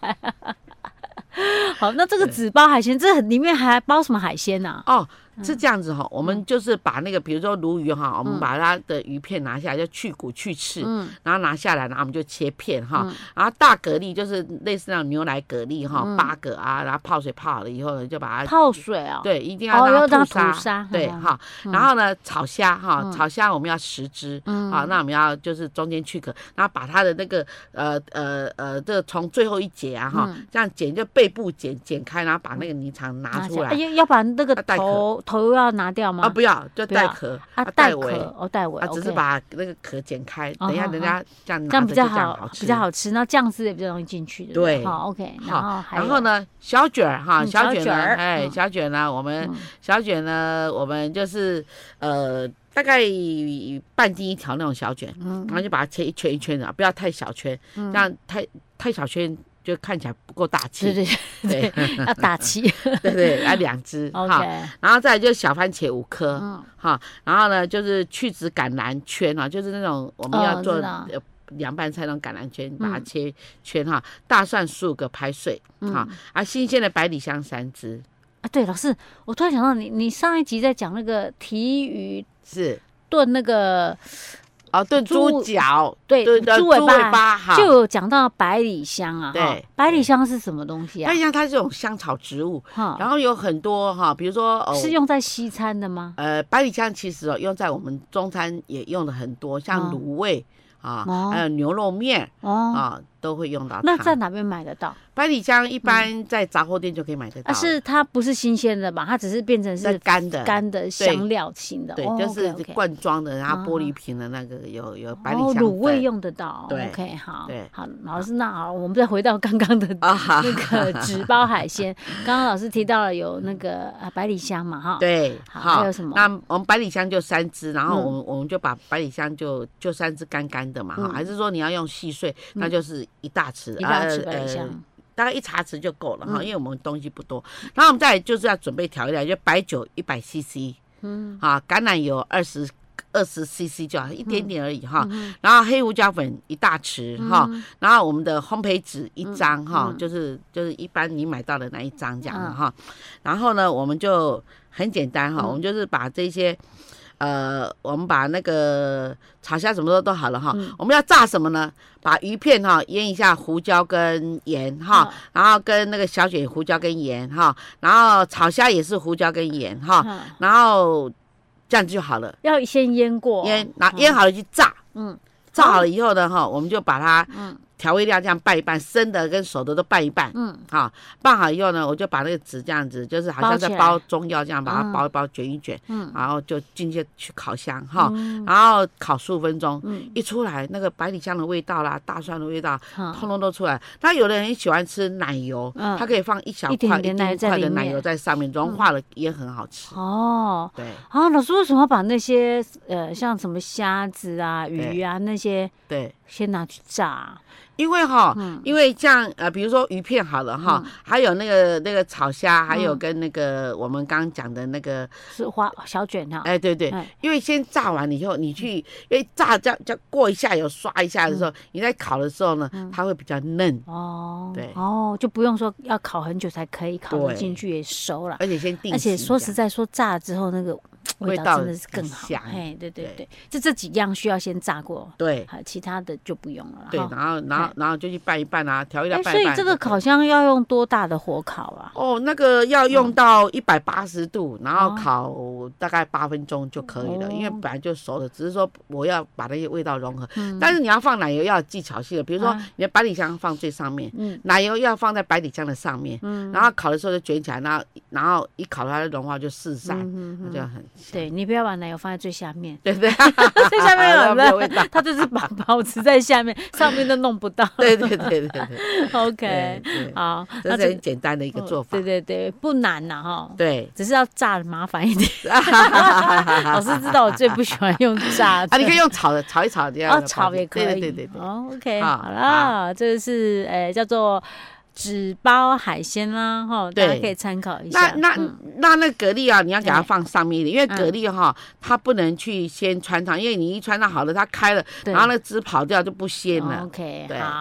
Speaker 1: 好，那这个
Speaker 2: 对
Speaker 1: 纸包海鲜，这里面还包什么海鲜呐、啊
Speaker 2: 哦，
Speaker 1: 嗯
Speaker 2: 是这样子哈，我们就是把那个，比如说鲈鱼哈，我们把它的鱼片拿下来，就去骨去刺，
Speaker 1: 嗯
Speaker 2: 然后拿下来，然后我们就切片哈
Speaker 1: 嗯。
Speaker 2: 然后大蛤蜊就是类似那种牛奶蛤蜊哈，八个啊，然后泡水泡好了以后呢，就把它
Speaker 1: 泡水哦，
Speaker 2: 对，一定
Speaker 1: 哦
Speaker 2: 要
Speaker 1: 要
Speaker 2: 让
Speaker 1: 让
Speaker 2: 它
Speaker 1: 它吐沙
Speaker 2: 吐沙，对
Speaker 1: 嗯
Speaker 2: 哈。然后呢，炒虾哈，炒虾我们要十只，
Speaker 1: 嗯
Speaker 2: 啊，那我们要就是中间去壳，然后把它的那个呃呃呃，这个从最后一节啊哈
Speaker 1: 嗯，
Speaker 2: 这样剪就背部剪剪开，然后把那个泥肠拿出
Speaker 1: 下
Speaker 2: 来
Speaker 1: 哎。要要把那个
Speaker 2: 要带壳
Speaker 1: 头头要拿掉吗？
Speaker 2: 啊，不要，就
Speaker 1: 不要
Speaker 2: 带壳
Speaker 1: 啊，带
Speaker 2: 带
Speaker 1: 壳
Speaker 2: 尾
Speaker 1: 哦，带尾
Speaker 2: 啊，只是
Speaker 1: OK
Speaker 2: 把那个壳剪开，
Speaker 1: 哦
Speaker 2: 等一下
Speaker 1: 好
Speaker 2: 人家这样
Speaker 1: 这
Speaker 2: 拿
Speaker 1: 样比
Speaker 2: 着就
Speaker 1: 较
Speaker 2: 这样
Speaker 1: 好
Speaker 2: 好，吃，
Speaker 1: 比较。好吃，那酱汁也比较容易进去，对不对？
Speaker 2: 对
Speaker 1: 好，OK，然后
Speaker 2: 好，
Speaker 1: 还
Speaker 2: 然后
Speaker 1: 呢，
Speaker 2: 呢，小卷儿哈，
Speaker 1: 嗯
Speaker 2: 小
Speaker 1: 小
Speaker 2: 卷
Speaker 1: 卷
Speaker 2: 呢，
Speaker 1: 儿
Speaker 2: 哎，
Speaker 1: 嗯
Speaker 2: 小卷呢，我们
Speaker 1: 嗯
Speaker 2: 小卷呢，我们就是呃，大概半斤一条那种小卷，
Speaker 1: 嗯
Speaker 2: 然后就把它切一圈一圈的，不要太小圈，这样太太小圈就看起来不够大
Speaker 1: 对
Speaker 2: 气。
Speaker 1: 对
Speaker 2: 对
Speaker 1: 对，要打 气
Speaker 2: 对对，啊，两 只哈，
Speaker 1: ，OK，
Speaker 2: 然后再来就是小番茄五颗，
Speaker 1: 嗯，
Speaker 2: 哈，然后呢就是去籽橄榄圈哈，就是那种我们
Speaker 1: 哦
Speaker 2: 要做
Speaker 1: 知道
Speaker 2: 呃凉拌菜那种橄榄圈，把它
Speaker 1: 嗯
Speaker 2: 切圈哈。大蒜十五个拍碎哈，啊，新鲜的百里香三只
Speaker 1: 啊，对，老师，我突然想到你，你上一集在讲那个提鱼
Speaker 2: 是
Speaker 1: 炖那个，
Speaker 2: 哦，炖猪
Speaker 1: 猪
Speaker 2: 脚，
Speaker 1: 对
Speaker 2: 对对，
Speaker 1: 猪尾
Speaker 2: 猪
Speaker 1: 巴
Speaker 2: 尾巴哈。
Speaker 1: 就有讲到百里香啊，哈
Speaker 2: 对
Speaker 1: 百里香是什么东西啊
Speaker 2: 百？里香它是这种香草植物，
Speaker 1: 哈，
Speaker 2: 然后有很多哈，比如说哦。
Speaker 1: 哦是用在西餐的吗？
Speaker 2: 呃，百里香其实哦，用在我们中餐也用的很多，像
Speaker 1: 嗯
Speaker 2: 卤味啊，
Speaker 1: 哦
Speaker 2: 还有牛肉面
Speaker 1: 哦，
Speaker 2: 啊，都会用到它。
Speaker 1: 那在哪边买得到？
Speaker 2: 百里香一般在杂货店就可以买得到
Speaker 1: 啊，
Speaker 2: 了，
Speaker 1: 是它不是新鲜的吧？它只是变成
Speaker 2: 是
Speaker 1: 是
Speaker 2: 干的，
Speaker 1: 干的香料型的，
Speaker 2: 对
Speaker 1: 哦，
Speaker 2: 就是
Speaker 1: OK，OK
Speaker 2: 罐装的，然后玻
Speaker 1: 啊
Speaker 2: 璃瓶的那个有有百里
Speaker 1: 哦，
Speaker 2: 香
Speaker 1: 卤味
Speaker 2: 粉
Speaker 1: 用得到。
Speaker 2: 对
Speaker 1: OK，好
Speaker 2: 对，
Speaker 1: 好，老师，那好，我们再回到刚刚的
Speaker 2: 啊哈
Speaker 1: 那个纸包海鲜。刚刚老师提到了有那个呃百里香嘛，哈，，
Speaker 2: 对，
Speaker 1: 好
Speaker 2: 哈
Speaker 1: 还有什么
Speaker 2: 那我们百里香就三只，然后
Speaker 1: 嗯
Speaker 2: 我们我们就把百里香就就三只干干的嘛，哈，
Speaker 1: 嗯
Speaker 2: 还是说你要用细碎，那就是一大匙，
Speaker 1: 一定要吃
Speaker 2: 呃
Speaker 1: 百里
Speaker 2: 呃
Speaker 1: 香，
Speaker 2: 大概一茶匙就够了哈，
Speaker 1: 嗯
Speaker 2: 因为我们东西不多。然后我们再来就是要准备调料，就白酒一百 CC
Speaker 1: 嗯
Speaker 2: 啊，橄榄油二十二十 CC 就好，一点点而已哈。
Speaker 1: 嗯
Speaker 2: 然后黑胡椒粉一大匙
Speaker 1: 哼
Speaker 2: 哈，
Speaker 1: 嗯
Speaker 2: 然后我们的烘焙纸一张哈、
Speaker 1: 嗯
Speaker 2: 就是就是一般你买到的那一张这样的哈、然后呢，我们就很简单哈、
Speaker 1: 嗯
Speaker 2: 我们就是把这些，呃，我们把那个炒虾什么的都好了哈、
Speaker 1: 嗯
Speaker 2: 我们要炸什么呢？把鱼片哈腌一下胡椒跟盐哈、
Speaker 1: 嗯
Speaker 2: 然后跟那个小卷胡椒跟盐哈，然后炒虾也是胡椒跟盐哈、
Speaker 1: 嗯
Speaker 2: 然后这样就好了，
Speaker 1: 要先腌过，
Speaker 2: 腌然后腌好了去炸。
Speaker 1: 哦嗯，
Speaker 2: 炸好了以后呢，哈，我们就把它
Speaker 1: 嗯
Speaker 2: 调味料这样拌一拌，生的跟熟的都拌一拌。
Speaker 1: 嗯
Speaker 2: 好，拌好以后呢，我就把那个纸这样子，就是好
Speaker 1: 包
Speaker 2: 像在
Speaker 1: 起来
Speaker 2: 包中药这样，把
Speaker 1: 嗯
Speaker 2: 它包一包，卷一卷，
Speaker 1: 嗯，
Speaker 2: 然后就进去去烤箱哈，
Speaker 1: 嗯
Speaker 2: 然后烤十五分钟，
Speaker 1: 嗯
Speaker 2: 一出来那个百里香的味道啦，大蒜的味道，通
Speaker 1: 好，
Speaker 2: 通都出来。那有的人喜欢吃奶油，
Speaker 1: 嗯
Speaker 2: 他可以放一小
Speaker 1: 一点
Speaker 2: 块
Speaker 1: 点
Speaker 2: 丁
Speaker 1: 奶在
Speaker 2: 块
Speaker 1: 里
Speaker 2: 的奶
Speaker 1: 面嗯
Speaker 2: 油在上面，融化了也很好吃。
Speaker 1: 哦。
Speaker 2: 对
Speaker 1: 啊，老师为什么要把那些呃，像什么虾子啊、鱼啊那些
Speaker 2: 对。
Speaker 1: 先拿去炸啊？
Speaker 2: 因为哈，
Speaker 1: 嗯
Speaker 2: 因为像呃，比如说鱼片好了哈，还有那个那个炒虾，还有
Speaker 1: 嗯
Speaker 2: 跟那个我们刚刚讲的那个，
Speaker 1: 是花小卷啊？
Speaker 2: 哎，对对
Speaker 1: 哎，嗯
Speaker 2: 因为先炸完了以后，你去因为炸这样这样过一下油刷一下的时候，你在烤的时候呢，
Speaker 1: 嗯
Speaker 2: 它会比较嫩，
Speaker 1: 哦，
Speaker 2: 对
Speaker 1: 哦，就不用说要烤很久才可以烤得
Speaker 2: 对
Speaker 1: 进去，也熟了。
Speaker 2: 而且先定
Speaker 1: 而且
Speaker 2: 型
Speaker 1: 说
Speaker 2: 这
Speaker 1: 实
Speaker 2: 样
Speaker 1: 在，说炸了之后那个味
Speaker 2: 味
Speaker 1: 道
Speaker 2: 道
Speaker 1: 真的是更
Speaker 2: 很
Speaker 1: 好。
Speaker 2: 香
Speaker 1: 嘿，对对
Speaker 2: 对
Speaker 1: 对，就这几样需要先炸过，
Speaker 2: 对
Speaker 1: 好，其他的就不用了。
Speaker 2: 对，
Speaker 1: 哈
Speaker 2: 然后然后然后就去拌一拌啊，调味料
Speaker 1: 哎，
Speaker 2: 拌
Speaker 1: 所
Speaker 2: 一
Speaker 1: 以
Speaker 2: 拌就可以。
Speaker 1: 这个烤箱要用多大的火烤啊？
Speaker 2: 哦，那个要用到一百八十度，然
Speaker 1: 嗯
Speaker 2: 后
Speaker 1: 哦
Speaker 2: 烤大概八分钟就可以了，因为
Speaker 1: 哦
Speaker 2: 本来就熟了，只是说我要把那些味道融合。
Speaker 1: 嗯
Speaker 2: 但是你要放奶油要有技巧性的，比如说
Speaker 1: 啊
Speaker 2: 你的百里香放最上面，
Speaker 1: 嗯
Speaker 2: 奶油要放在百里香的上面，
Speaker 1: 嗯
Speaker 2: 然后烤的时候就卷起来，然后然后一烤它就融化就四散，
Speaker 1: 嗯
Speaker 2: 那
Speaker 1: 嗯
Speaker 2: 就
Speaker 1: 嗯，
Speaker 2: 很
Speaker 1: 对你不要把奶油放在最下
Speaker 2: ，
Speaker 1: 面
Speaker 2: 对不对？
Speaker 1: 最下面有
Speaker 2: 没有
Speaker 1: 人
Speaker 2: 味 道
Speaker 1: 在，。它就是保保持在下面，上面都弄不到。
Speaker 2: 对对对对对
Speaker 1: OK，
Speaker 2: 对对，
Speaker 1: 好，
Speaker 2: 这是
Speaker 1: 这哦
Speaker 2: 很简单的一个做法
Speaker 1: 对。 对对，不难呐哈，
Speaker 2: 对， 啊
Speaker 1: 只是要炸的麻烦一点。老师知道我最不喜欢用炸的，
Speaker 2: 啊，你可以用炒的，炒一炒这样
Speaker 1: 哦
Speaker 2: 的包
Speaker 1: 炒
Speaker 2: 子
Speaker 1: 也可以。
Speaker 2: 对对对对对。
Speaker 1: 哦，OK，
Speaker 2: 好
Speaker 1: 好啦，这个是呃叫做纸包海鲜啦，哈，大
Speaker 2: 对
Speaker 1: 家可以参考一
Speaker 2: 那
Speaker 1: 下。
Speaker 2: 那、
Speaker 1: 嗯
Speaker 2: 那那蛤蜊啊，你要给它
Speaker 1: 哎
Speaker 2: 放上面一点，因为
Speaker 1: 嗯
Speaker 2: 蛤蜊哈、它不能去先穿烫，因为你一穿烫好了，它开了，
Speaker 1: 对
Speaker 2: 然后那汁跑掉就不鲜了。
Speaker 1: 哦 OK，
Speaker 2: 对
Speaker 1: 好，蛤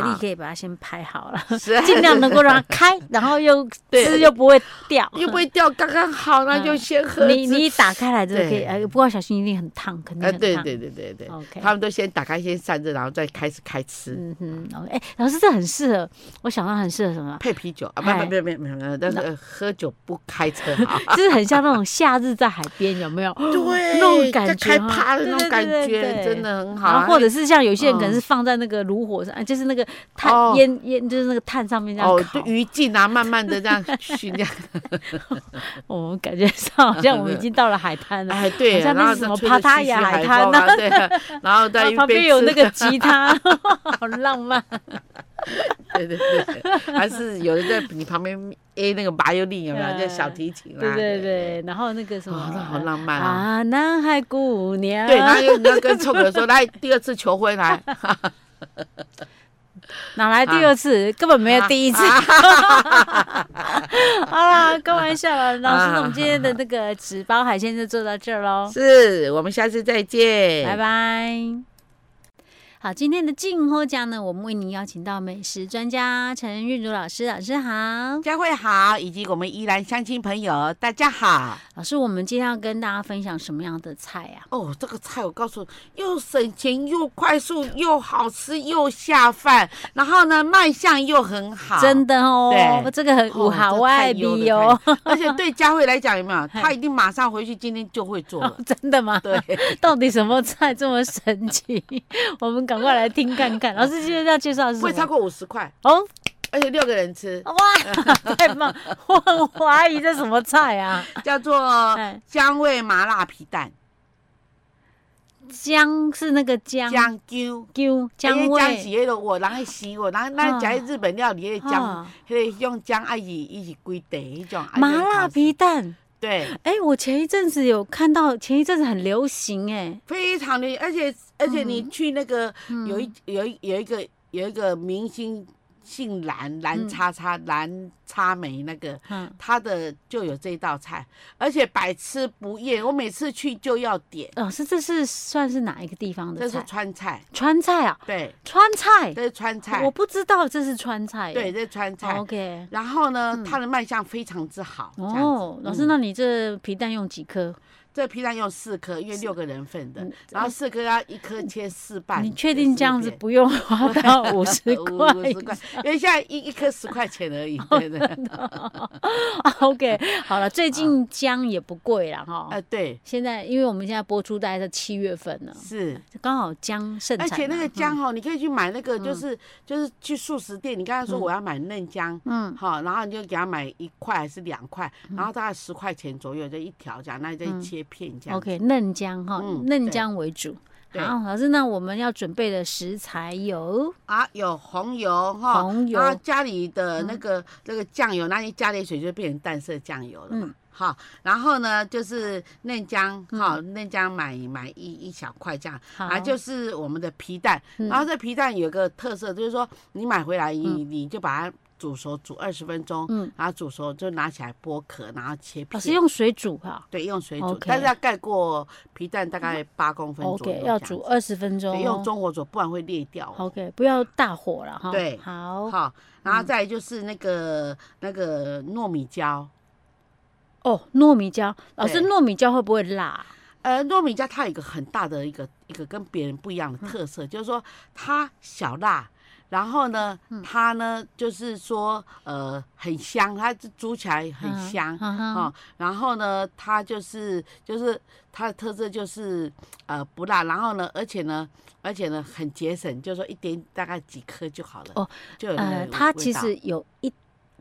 Speaker 2: 好
Speaker 1: 蜊可以把它先拍好 了，
Speaker 2: 是啊
Speaker 1: 哦 尽量能够让它开，然后又
Speaker 2: 对
Speaker 1: 汁又不会掉。
Speaker 2: 又 不会掉，刚刚好，那就先喝汁。
Speaker 1: 嗯你你一打开来真的可以，
Speaker 2: 对
Speaker 1: 哎，不过小心一定很烫，肯定
Speaker 2: 呃，
Speaker 1: 很烫。
Speaker 2: 对对对对对，
Speaker 1: OK，
Speaker 2: 他们都先打开先散热，然后再开始开吃，
Speaker 1: 嗯哼，哦哎，老师这很适合，我想到很适合什么？
Speaker 2: 配啤酒啊，
Speaker 1: 哎
Speaker 2: 不不不不不不，但是呃喝酒不开车 啊。
Speaker 1: 就是很像那种夏日在海边，有 没有？
Speaker 2: 对，
Speaker 1: 那种感
Speaker 2: 在
Speaker 1: 觉
Speaker 2: 开
Speaker 1: 哈
Speaker 2: 趴的那
Speaker 1: 对对
Speaker 2: 种感
Speaker 1: 对对
Speaker 2: 觉，
Speaker 1: 对
Speaker 2: 真的很好
Speaker 1: 然
Speaker 2: 啊。
Speaker 1: 后或者是像有些人可能
Speaker 2: 嗯
Speaker 1: 是放在那个炉火上，啊就是那个炭
Speaker 2: 哦
Speaker 1: 烟烟，就是那个炭上面这样
Speaker 2: 哦，
Speaker 1: 烤
Speaker 2: 就。余烬啊，慢慢的这样熏这样，
Speaker 1: 哦我们感觉上好像我们已经到了海滩了，
Speaker 2: 哎，对，
Speaker 1: 好像
Speaker 2: 然
Speaker 1: 那
Speaker 2: 后
Speaker 1: 是什么
Speaker 2: 吹
Speaker 1: 帕
Speaker 2: 着
Speaker 1: 塔
Speaker 2: 西
Speaker 1: 亚
Speaker 2: 西
Speaker 1: 海
Speaker 2: 海
Speaker 1: 滩
Speaker 2: 风啊，对啊，然后
Speaker 1: 然
Speaker 2: 在
Speaker 1: 后旁边有那个吉他， 好浪漫。
Speaker 2: 对对对，还是有 人在你旁边 A 那个麻油令有没有？就小提琴
Speaker 1: 嗯对
Speaker 2: 啦，
Speaker 1: 对对，然后那个什
Speaker 2: 哇，那好
Speaker 1: 么
Speaker 2: 浪漫啊！
Speaker 1: 啊，南海姑娘，
Speaker 2: 对，然后又你要跟臭哥说，来第二次求婚来，
Speaker 1: 哪
Speaker 2: 啊
Speaker 1: 来第二次？根本没有第一次。 好啦，开玩笑啦，老师，那我们今天的那个纸包海鲜就做到这儿喽。
Speaker 2: 是我们下次再见，
Speaker 1: 拜拜。好，今天的静候奖呢，我们为您邀请到美食专家陈韵如老师，老师好。
Speaker 2: 佳慧好，以及我们依然相亲朋友，大家好。
Speaker 1: 老师，我们今天要跟大家分享什么样的菜啊？
Speaker 2: 哦，这个菜我告诉你，又省钱又快速又好吃又下饭，然后呢卖相又很好，
Speaker 1: 真的哦，
Speaker 2: 啊对
Speaker 1: 这个很
Speaker 2: 哦
Speaker 1: 五好外比
Speaker 2: 这
Speaker 1: 哦，
Speaker 2: 太优了太优了而且对佳慧来讲有没有？
Speaker 1: 嘿。
Speaker 2: 她一定马上回去，今天就会做了
Speaker 1: 真的吗？
Speaker 2: 对，
Speaker 1: 到底什么菜这么神奇？ 我们赶快来听看 看。老师今天要介绍的是
Speaker 2: 不会
Speaker 1: 什
Speaker 2: 超
Speaker 1: 么？
Speaker 2: 过五十块，
Speaker 1: 哦，
Speaker 2: 而且六个 人吃，
Speaker 1: 哇，太棒！我很怀疑这什么菜啊？
Speaker 2: 叫做
Speaker 1: 哎，
Speaker 2: 姜味麻辣皮蛋
Speaker 1: 姜是那个姜，
Speaker 2: 姜姜。
Speaker 1: 姜姜
Speaker 2: 因为姜是
Speaker 1: 味。
Speaker 2: 迄个我人爱洗我，人咱食迄日本料理迄个姜，
Speaker 1: 啊
Speaker 2: 迄个用姜爱伊伊是规地迄种。啊
Speaker 1: 麻辣皮蛋，
Speaker 2: 对，
Speaker 1: 哎、我前一阵子有看到，前一阵子很流行、哎，
Speaker 2: 非常的，而且而且你去那个
Speaker 1: 嗯
Speaker 2: 有一有一有一个有一个明星姓蓝蓝叉叉蓝叉梅那个，
Speaker 1: 嗯，
Speaker 2: 他的就有这道菜，而且百吃不厌，我每次去就要点。
Speaker 1: 老师，这是算是哪一个地方
Speaker 2: 这
Speaker 1: 的
Speaker 2: 是
Speaker 1: 菜？
Speaker 2: 川菜，
Speaker 1: 川菜啊，
Speaker 2: 对，
Speaker 1: 川菜，
Speaker 2: 这是川菜
Speaker 1: 我，不知道这是川菜、哦
Speaker 2: 对，这是川菜。
Speaker 1: ，OK。
Speaker 2: 然后呢
Speaker 1: 嗯，
Speaker 2: 它的卖相非常之好。这样子
Speaker 1: 哦，老师，
Speaker 2: 嗯
Speaker 1: 那你这皮蛋用几颗？
Speaker 2: 这皮蛋用四颗，因为六个人份的
Speaker 1: 嗯，
Speaker 2: 然后四颗要一颗切四瓣。
Speaker 1: 你确定这样子
Speaker 2: 四片
Speaker 1: 不用花 到五十块
Speaker 2: 呃五十 块，因为现在一一颗十块钱而
Speaker 1: 哦
Speaker 2: 已，对对，啊
Speaker 1: ？OK，好了，最近姜也不贵了哈。
Speaker 2: 呃，对，
Speaker 1: 现在因为我们现在播出大概在七月份了，
Speaker 2: 是，
Speaker 1: 刚好姜盛产
Speaker 2: 而
Speaker 1: 嘛。
Speaker 2: 且那个姜哦，你可以去买那个，
Speaker 1: 啊嗯
Speaker 2: 就是就是去素食店，你刚才说我要买嫩姜，
Speaker 1: 嗯，
Speaker 2: 好，然后你就给他买一块还是两块，然后大概十块钱左右，就一条这样，那你再
Speaker 1: 嗯
Speaker 2: 切片这样。
Speaker 1: OK，嫩姜哈，
Speaker 2: 嗯
Speaker 1: 嫩
Speaker 2: 对
Speaker 1: 姜为主。
Speaker 2: 对
Speaker 1: 好，老师，那我们要准备的食材有
Speaker 2: 啊，有红油哈，
Speaker 1: 红油嗯
Speaker 2: 然后家里的那个、那个酱油，那你加点水就变成淡色酱油了嘛。
Speaker 1: 嗯
Speaker 2: 好，然后呢，就是嫩姜，哈、嫩姜买买一一小块这样，
Speaker 1: 好
Speaker 2: 啊，就是我们的皮蛋，
Speaker 1: 嗯
Speaker 2: 然后这皮蛋有个特色，就是说你买回来你、你就把它煮熟，煮二十分钟，
Speaker 1: 嗯哦
Speaker 2: 然后煮熟就拿起来剥壳，然后切
Speaker 1: 老师
Speaker 2: 片，
Speaker 1: 用水煮哈
Speaker 2: 对，用水煮
Speaker 1: OK
Speaker 2: 但是要盖过皮蛋大概八公分左右这样
Speaker 1: ，OK，
Speaker 2: 子，
Speaker 1: 要煮二十分钟
Speaker 2: 对，
Speaker 1: 哦，
Speaker 2: 用中火煮，不然会裂掉哦。
Speaker 1: OK，不要大火了哈。
Speaker 2: 对
Speaker 1: 好
Speaker 2: 好，然
Speaker 1: 嗯
Speaker 2: 后再来就是那个、那个糯米椒，
Speaker 1: 哦，糯米椒，老师
Speaker 2: 对
Speaker 1: 糯米椒会不会辣？啊
Speaker 2: 呃，糯米椒它有一个很大的一个一个跟别人不一样
Speaker 1: 嗯
Speaker 2: 的特色，就是说它小辣，然后呢，
Speaker 1: 嗯
Speaker 2: 它呢就是说呃很香，它煮起来很
Speaker 1: 嗯
Speaker 2: 香。
Speaker 1: 嗯哼
Speaker 2: 哦，然后呢，它就是就是它的特色就是呃不辣，然后呢，而且呢，而且呢很节省，就是说一点大概几颗就好了。
Speaker 1: 哦，
Speaker 2: 就有那个
Speaker 1: 呃
Speaker 2: 味，
Speaker 1: 它其
Speaker 2: 道
Speaker 1: 实有一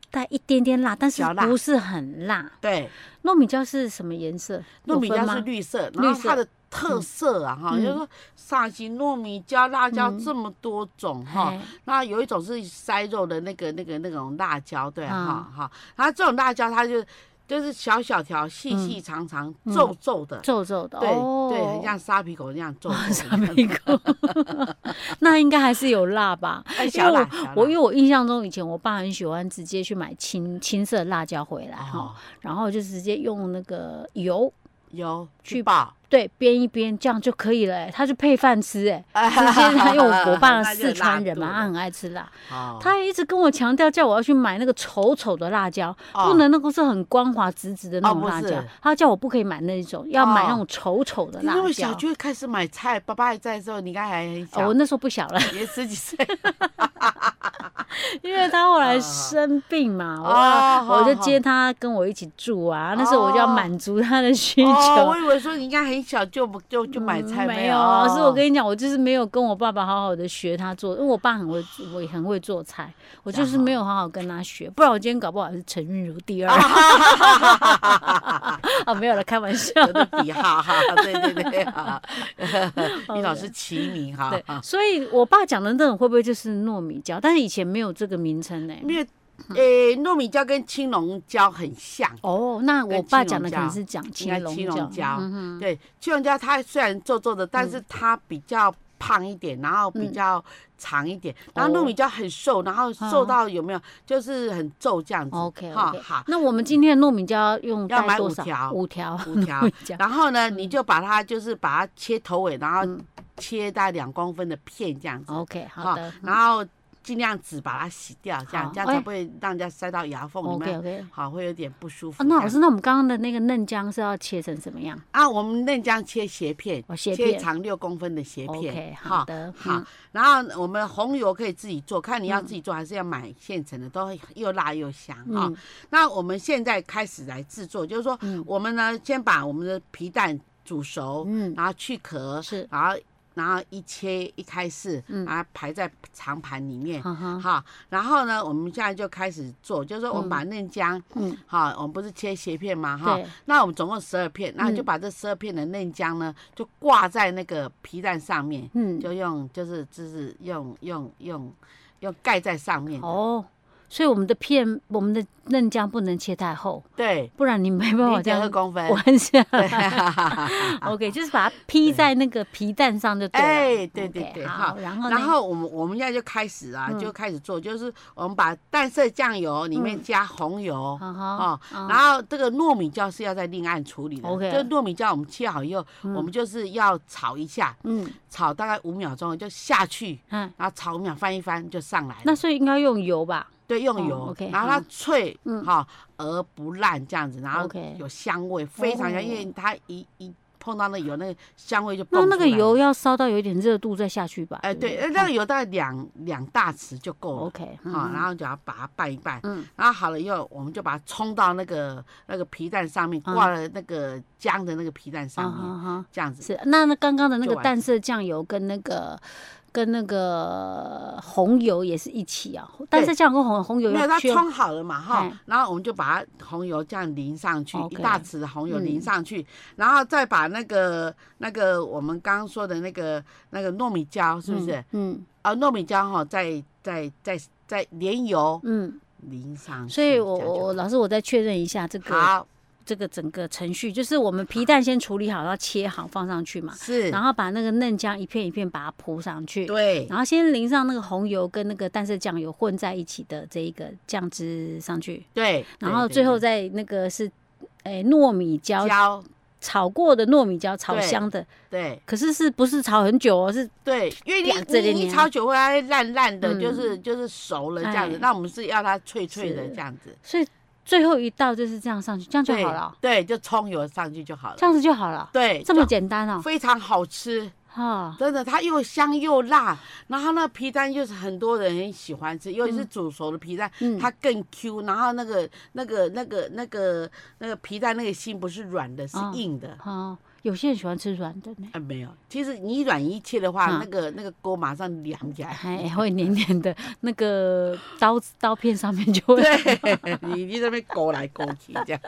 Speaker 1: 带一点点辣，但是
Speaker 2: 小辣
Speaker 1: 不是很辣。
Speaker 2: 对，
Speaker 1: 糯米椒是什么颜色？
Speaker 2: 糯米
Speaker 1: 有分
Speaker 2: 椒
Speaker 1: 吗
Speaker 2: 是绿色，
Speaker 1: 绿
Speaker 2: 然后它
Speaker 1: 色
Speaker 2: 的特色啊，哈，
Speaker 1: 嗯
Speaker 2: 就是说上行糯米椒、辣椒
Speaker 1: 嗯
Speaker 2: 这么多种哈，
Speaker 1: 哎
Speaker 2: 那有一种是塞肉的那个、那个、那种辣椒，对，
Speaker 1: 嗯
Speaker 2: 哈哈，然后这种辣椒它就。就是小小条、细
Speaker 1: 嗯
Speaker 2: 细长长、皱皱的，
Speaker 1: 皱皱的，
Speaker 2: 对
Speaker 1: 哦
Speaker 2: 对，很像沙皮狗那样 皱皱的。
Speaker 1: 傻逼狗， 那应该还是有辣吧？
Speaker 2: 哎，小
Speaker 1: 因为
Speaker 2: 辣，小
Speaker 1: 我
Speaker 2: 辣
Speaker 1: 因为我印象中以前我爸很喜欢直接去买青青色辣椒回来哈、
Speaker 2: 哦
Speaker 1: 然后就直接用那个油
Speaker 2: 有
Speaker 1: 去
Speaker 2: 去爆，
Speaker 1: 对煸一煸，这样就可以了、欸。他就配饭吃、欸，
Speaker 2: 直
Speaker 1: 哎，直接他用我 爸四
Speaker 2: 是
Speaker 1: 川人嘛，他很爱吃辣，
Speaker 2: 哦
Speaker 1: 他也一直跟我强调叫我要去买那个丑丑的辣椒，
Speaker 2: 哦
Speaker 1: 不能那个是很光滑直直的那种
Speaker 2: 哦不
Speaker 1: 辣椒，
Speaker 2: 是
Speaker 1: 他叫我不可以买那一种，要买那
Speaker 2: 哦
Speaker 1: 种丑丑的辣
Speaker 2: 因为
Speaker 1: 椒
Speaker 2: 小。就开始买菜，爸爸还在的时候，你应该还很
Speaker 1: 哦，我
Speaker 2: 小，
Speaker 1: 那时候不小了，
Speaker 2: 也十 几岁
Speaker 1: 因为他后来
Speaker 2: 嗯
Speaker 1: 生病嘛，我
Speaker 2: 哦
Speaker 1: 我就
Speaker 2: 好
Speaker 1: 接他跟我一起住啊，那时候我就要
Speaker 2: 哦
Speaker 1: 满足他的需
Speaker 2: 哦，我
Speaker 1: 求。
Speaker 2: 以为说你应该很小就不就就买菜
Speaker 1: 嗯没有
Speaker 2: 哦
Speaker 1: 啊，是我跟你讲，我就是没有跟我爸爸好好的学他做，因为我爸很会，我也很会做菜，我就是
Speaker 2: 哦
Speaker 1: 没有好好跟他学，不然我今天搞不好是陈韵如第二。 啊，没有了，开玩笑。
Speaker 2: 有的比哈 哈，对对 对哈，你老是齐名哈
Speaker 1: 哦 对，
Speaker 2: 哈，
Speaker 1: 所以我爸讲的那种会不会就是糯米椒？但是以前没有这个名称呢、
Speaker 2: 因为诶糯米椒跟青龙椒很像。
Speaker 1: 哦，那我
Speaker 2: 跟
Speaker 1: 爸
Speaker 2: 青
Speaker 1: 讲
Speaker 2: 龙
Speaker 1: 的可能
Speaker 2: 椒
Speaker 1: 是讲
Speaker 2: 应该
Speaker 1: 青龙
Speaker 2: 青
Speaker 1: 椒。
Speaker 2: 龙椒
Speaker 1: 嗯，
Speaker 2: 对，青龙椒它虽然皱皱的，但是它比较胖一点，然后比较长一点，然
Speaker 1: 嗯
Speaker 2: 后
Speaker 1: 哦
Speaker 2: 糯米椒很瘦，然后
Speaker 1: 嗯
Speaker 2: 瘦到有没有就是很皱这样子。
Speaker 1: OK
Speaker 2: 哈
Speaker 1: OK，
Speaker 2: 好，
Speaker 1: 那我们今天的糯米椒用大
Speaker 2: 要
Speaker 1: 概
Speaker 2: 买
Speaker 1: 多
Speaker 2: 五
Speaker 1: 少？
Speaker 2: 条
Speaker 1: 五条，
Speaker 2: 五条
Speaker 1: 糯哦米嗯椒。
Speaker 2: 然后呢，你就把它就是把它切头尾，然后切大概两公分的片这样子。
Speaker 1: OK，好哦
Speaker 2: 哈
Speaker 1: 的。嗯
Speaker 2: 然后尽量只把它洗掉，这样
Speaker 1: 好
Speaker 2: 这样才
Speaker 1: 哎
Speaker 2: 不会让人家塞到牙缝里
Speaker 1: OK
Speaker 2: 面，
Speaker 1: OK。
Speaker 2: 好会有点不舒服
Speaker 1: 啊，
Speaker 2: 这样。
Speaker 1: 那老师，那我们刚刚的那个嫩姜是要切成什么样？
Speaker 2: 啊，我们嫩姜切斜片，
Speaker 1: 哦，斜
Speaker 2: 切
Speaker 1: 片。
Speaker 2: 长六公分的斜片
Speaker 1: OK，，好的。
Speaker 2: 好
Speaker 1: 嗯，，
Speaker 2: 然后我们红油可以自己做，看你要自己做还是要买现成的，都会又辣又香啊、
Speaker 1: 嗯
Speaker 2: 那我们现在开始来制作，就是说
Speaker 1: 嗯
Speaker 2: 我们呢先把我们的皮蛋煮熟，
Speaker 1: 嗯，
Speaker 2: 然后去壳，
Speaker 1: 是
Speaker 2: 然后然后一切一开始，
Speaker 1: 嗯
Speaker 2: 然后排在长盘里面。
Speaker 1: 哈哈，
Speaker 2: 好，然后呢，我们现在就开始做，就是说我们把嫩姜，
Speaker 1: 嗯，
Speaker 2: 好，我们不是切斜片吗？哈，
Speaker 1: 对，嗯
Speaker 2: 那我们总共十二片，那就把这十二片的嫩姜呢，就挂在那个皮蛋上面，
Speaker 1: 嗯，
Speaker 2: 就用就是就是用用用用盖在上面的，
Speaker 1: 哦，所以我们的片，我们的嫩姜不能切太厚，
Speaker 2: 对，
Speaker 1: 不然你没办法
Speaker 2: 零
Speaker 1: 这
Speaker 2: 点二
Speaker 1: 样
Speaker 2: 公分。
Speaker 1: 弯下
Speaker 2: 对
Speaker 1: 来。OK，就是 把它披
Speaker 2: 对
Speaker 1: 在那个皮蛋上就对了。
Speaker 2: 哎对对
Speaker 1: OK，
Speaker 2: 对
Speaker 1: 好，
Speaker 2: 好
Speaker 1: 然后呢
Speaker 2: 然后我们我们现在就开始啊，
Speaker 1: 嗯
Speaker 2: 就开始做，就是我们把淡色酱油里面加红油
Speaker 1: 哈哈，
Speaker 2: 哦，
Speaker 1: 嗯
Speaker 2: 然后这个糯米椒是要在另案处理的。
Speaker 1: OK
Speaker 2: 这糯米椒我们切好以后，我们就是要炒一下，
Speaker 1: 嗯
Speaker 2: 炒大概五秒钟就下去，
Speaker 1: 嗯，
Speaker 2: 然后炒五秒翻一翻就上来了。
Speaker 1: 那所以应该用油吧？
Speaker 2: 对，用油，
Speaker 1: 哦，OK，
Speaker 2: 然后它
Speaker 1: 好
Speaker 2: 脆
Speaker 1: 嗯
Speaker 2: 哈、而不烂这样子，然后
Speaker 1: OK 哦
Speaker 2: 有香味，非常香，因为它一一碰到那油，那个香味就
Speaker 1: 那
Speaker 2: 蹦
Speaker 1: 那
Speaker 2: 出
Speaker 1: 个
Speaker 2: 来
Speaker 1: 油
Speaker 2: 了，
Speaker 1: 要烧到有一点热度再下去吧？
Speaker 2: 哎、
Speaker 1: 不
Speaker 2: 对，呃那个油大概两两大匙就够了。
Speaker 1: OK，
Speaker 2: 好、
Speaker 1: 嗯
Speaker 2: 然后就要把它拌一拌，
Speaker 1: 嗯
Speaker 2: 然后好了以后，我们就把它冲到那个那个皮蛋上面，
Speaker 1: 嗯
Speaker 2: 挂了那个姜的那个皮蛋上
Speaker 1: 啊
Speaker 2: 面，
Speaker 1: 哈哈，
Speaker 2: 这样子。
Speaker 1: 是那那刚刚的那
Speaker 2: 就
Speaker 1: 个
Speaker 2: 完
Speaker 1: 淡色酱油跟那个跟那个红油也是一起啊，淡色酱油跟红红油
Speaker 2: 没有，它
Speaker 1: 要去
Speaker 2: 冲好了嘛哈
Speaker 1: 哎，
Speaker 2: 然后我们就把它红油这样淋上去，一
Speaker 1: OK
Speaker 2: 大匙的红油淋
Speaker 1: 嗯
Speaker 2: 上去，然后再把那个那个我们刚刚说的那个那个糯米椒是不是？？
Speaker 1: 嗯
Speaker 2: 啊，糯米椒哈，再再再再连油
Speaker 1: 嗯，
Speaker 2: 淋上
Speaker 1: 嗯
Speaker 2: 去，
Speaker 1: 所以
Speaker 2: 这
Speaker 1: 我
Speaker 2: 样就
Speaker 1: 我我老师我再确认一下这个
Speaker 2: 好
Speaker 1: 这个整个程序，就是我们皮蛋先处理好，然后切好放上去嘛，
Speaker 2: 是
Speaker 1: 然，后把那个嫩姜一片一片把它铺上去，
Speaker 2: 对
Speaker 1: 然后先淋上那个红油跟那个淡色酱油混在一起的这一个酱汁上去，
Speaker 2: 对，
Speaker 1: 然
Speaker 2: 对
Speaker 1: 后
Speaker 2: 对
Speaker 1: 最后
Speaker 2: 对
Speaker 1: 再那个是，诶、糯米椒
Speaker 2: 椒，
Speaker 1: 炒过的糯米椒炒
Speaker 2: 对
Speaker 1: 香的，
Speaker 2: 对
Speaker 1: 可是是不是炒很久哦？是
Speaker 2: 对，因为
Speaker 1: 两
Speaker 2: 你
Speaker 1: 这
Speaker 2: 你
Speaker 1: 里
Speaker 2: 你
Speaker 1: 面
Speaker 2: 炒久会它会烂烂的，就
Speaker 1: 嗯
Speaker 2: 是就是熟了这样
Speaker 1: 哎
Speaker 2: 子，那我们是要它脆脆的
Speaker 1: 是
Speaker 2: 这样子，
Speaker 1: 所以最后一道就是这样上去，这样就
Speaker 2: 对
Speaker 1: 好了哦，
Speaker 2: 对，就葱油上去就好了
Speaker 1: 这。样子就好了，
Speaker 2: 对，
Speaker 1: 这么
Speaker 2: 就
Speaker 1: 简单哦，
Speaker 2: 非常好吃，
Speaker 1: 哈、
Speaker 2: 真的，它又香又辣，然后那皮蛋又是很多人很喜欢吃，尤其是煮熟的皮蛋，
Speaker 1: 嗯
Speaker 2: 它更 Q，然后那个那个那个那个那个皮蛋那个心不是软的，是
Speaker 1: 哦
Speaker 2: 硬的。
Speaker 1: 好、有些人喜欢吃软的呢，
Speaker 2: 啊，没有，其实你软一切的话，
Speaker 1: 嗯哎
Speaker 2: 那个那个锅马上凉起来。
Speaker 1: 还会黏黏的，那个刀子刀片上面就会。
Speaker 2: 对，你你这边勾来勾去 这样。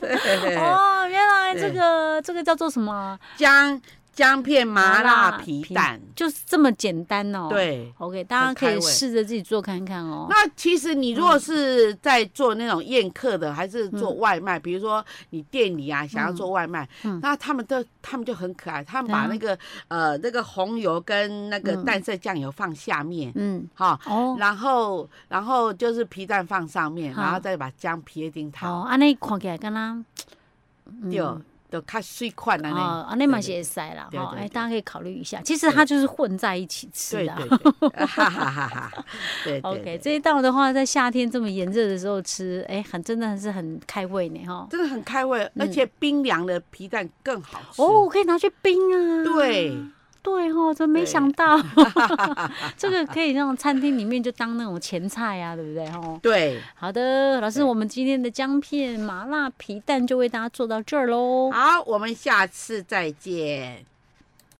Speaker 2: 对，
Speaker 1: 哦，原来这
Speaker 2: 对
Speaker 1: 个这个叫做什么啊？
Speaker 2: 姜姜片麻辣皮
Speaker 1: 皮
Speaker 2: 蛋。
Speaker 1: 就是这么简单哦。
Speaker 2: 对，
Speaker 1: ，OK，大家可
Speaker 2: 开
Speaker 1: 以
Speaker 2: 胃
Speaker 1: 试着自己做看看哦。
Speaker 2: 那其实你如果是在做那种宴客的，还是做外卖，比如说你店里啊想要做外卖，
Speaker 1: 嗯
Speaker 2: 那他们都他们就很可爱，他们把
Speaker 1: 对啊
Speaker 2: 那个、呃那个红油跟那个
Speaker 1: 嗯
Speaker 2: 淡色酱油放下面，
Speaker 1: 嗯，
Speaker 2: 哈、
Speaker 1: 哦
Speaker 2: 然后然后就是皮蛋放上面，然后
Speaker 1: 好
Speaker 2: 再把姜撇丁
Speaker 1: 哦，
Speaker 2: 汤，
Speaker 1: 安尼看起来敢若嗯
Speaker 2: 就就较水款了呢。
Speaker 1: 哦，安尼嘛是会使啦，
Speaker 2: 对对
Speaker 1: 吼，
Speaker 2: 对
Speaker 1: 哎，大家可以考虑一下。其实它就是混在一起吃
Speaker 2: 对
Speaker 1: 的啊。
Speaker 2: 对对，哈哈哈哈！对对
Speaker 1: OK，
Speaker 2: 对
Speaker 1: 这一道的话，在夏天这么炎热的时候吃，哎，很真的是很开胃呢，哈。
Speaker 2: 真的很开胃，而且冰凉的皮蛋更好吃。
Speaker 1: 嗯哦，，可以拿去冰啊。
Speaker 2: 对，
Speaker 1: 对哦，怎么没
Speaker 2: 对
Speaker 1: 想到？ 这个可以让餐厅里面就当那种前菜啊，对不对？哦，
Speaker 2: 对，
Speaker 1: 好的，老师，
Speaker 2: 对
Speaker 1: 我们今天的姜片麻辣皮蛋就为大家做到这儿喽。
Speaker 2: 好，我们下次再见。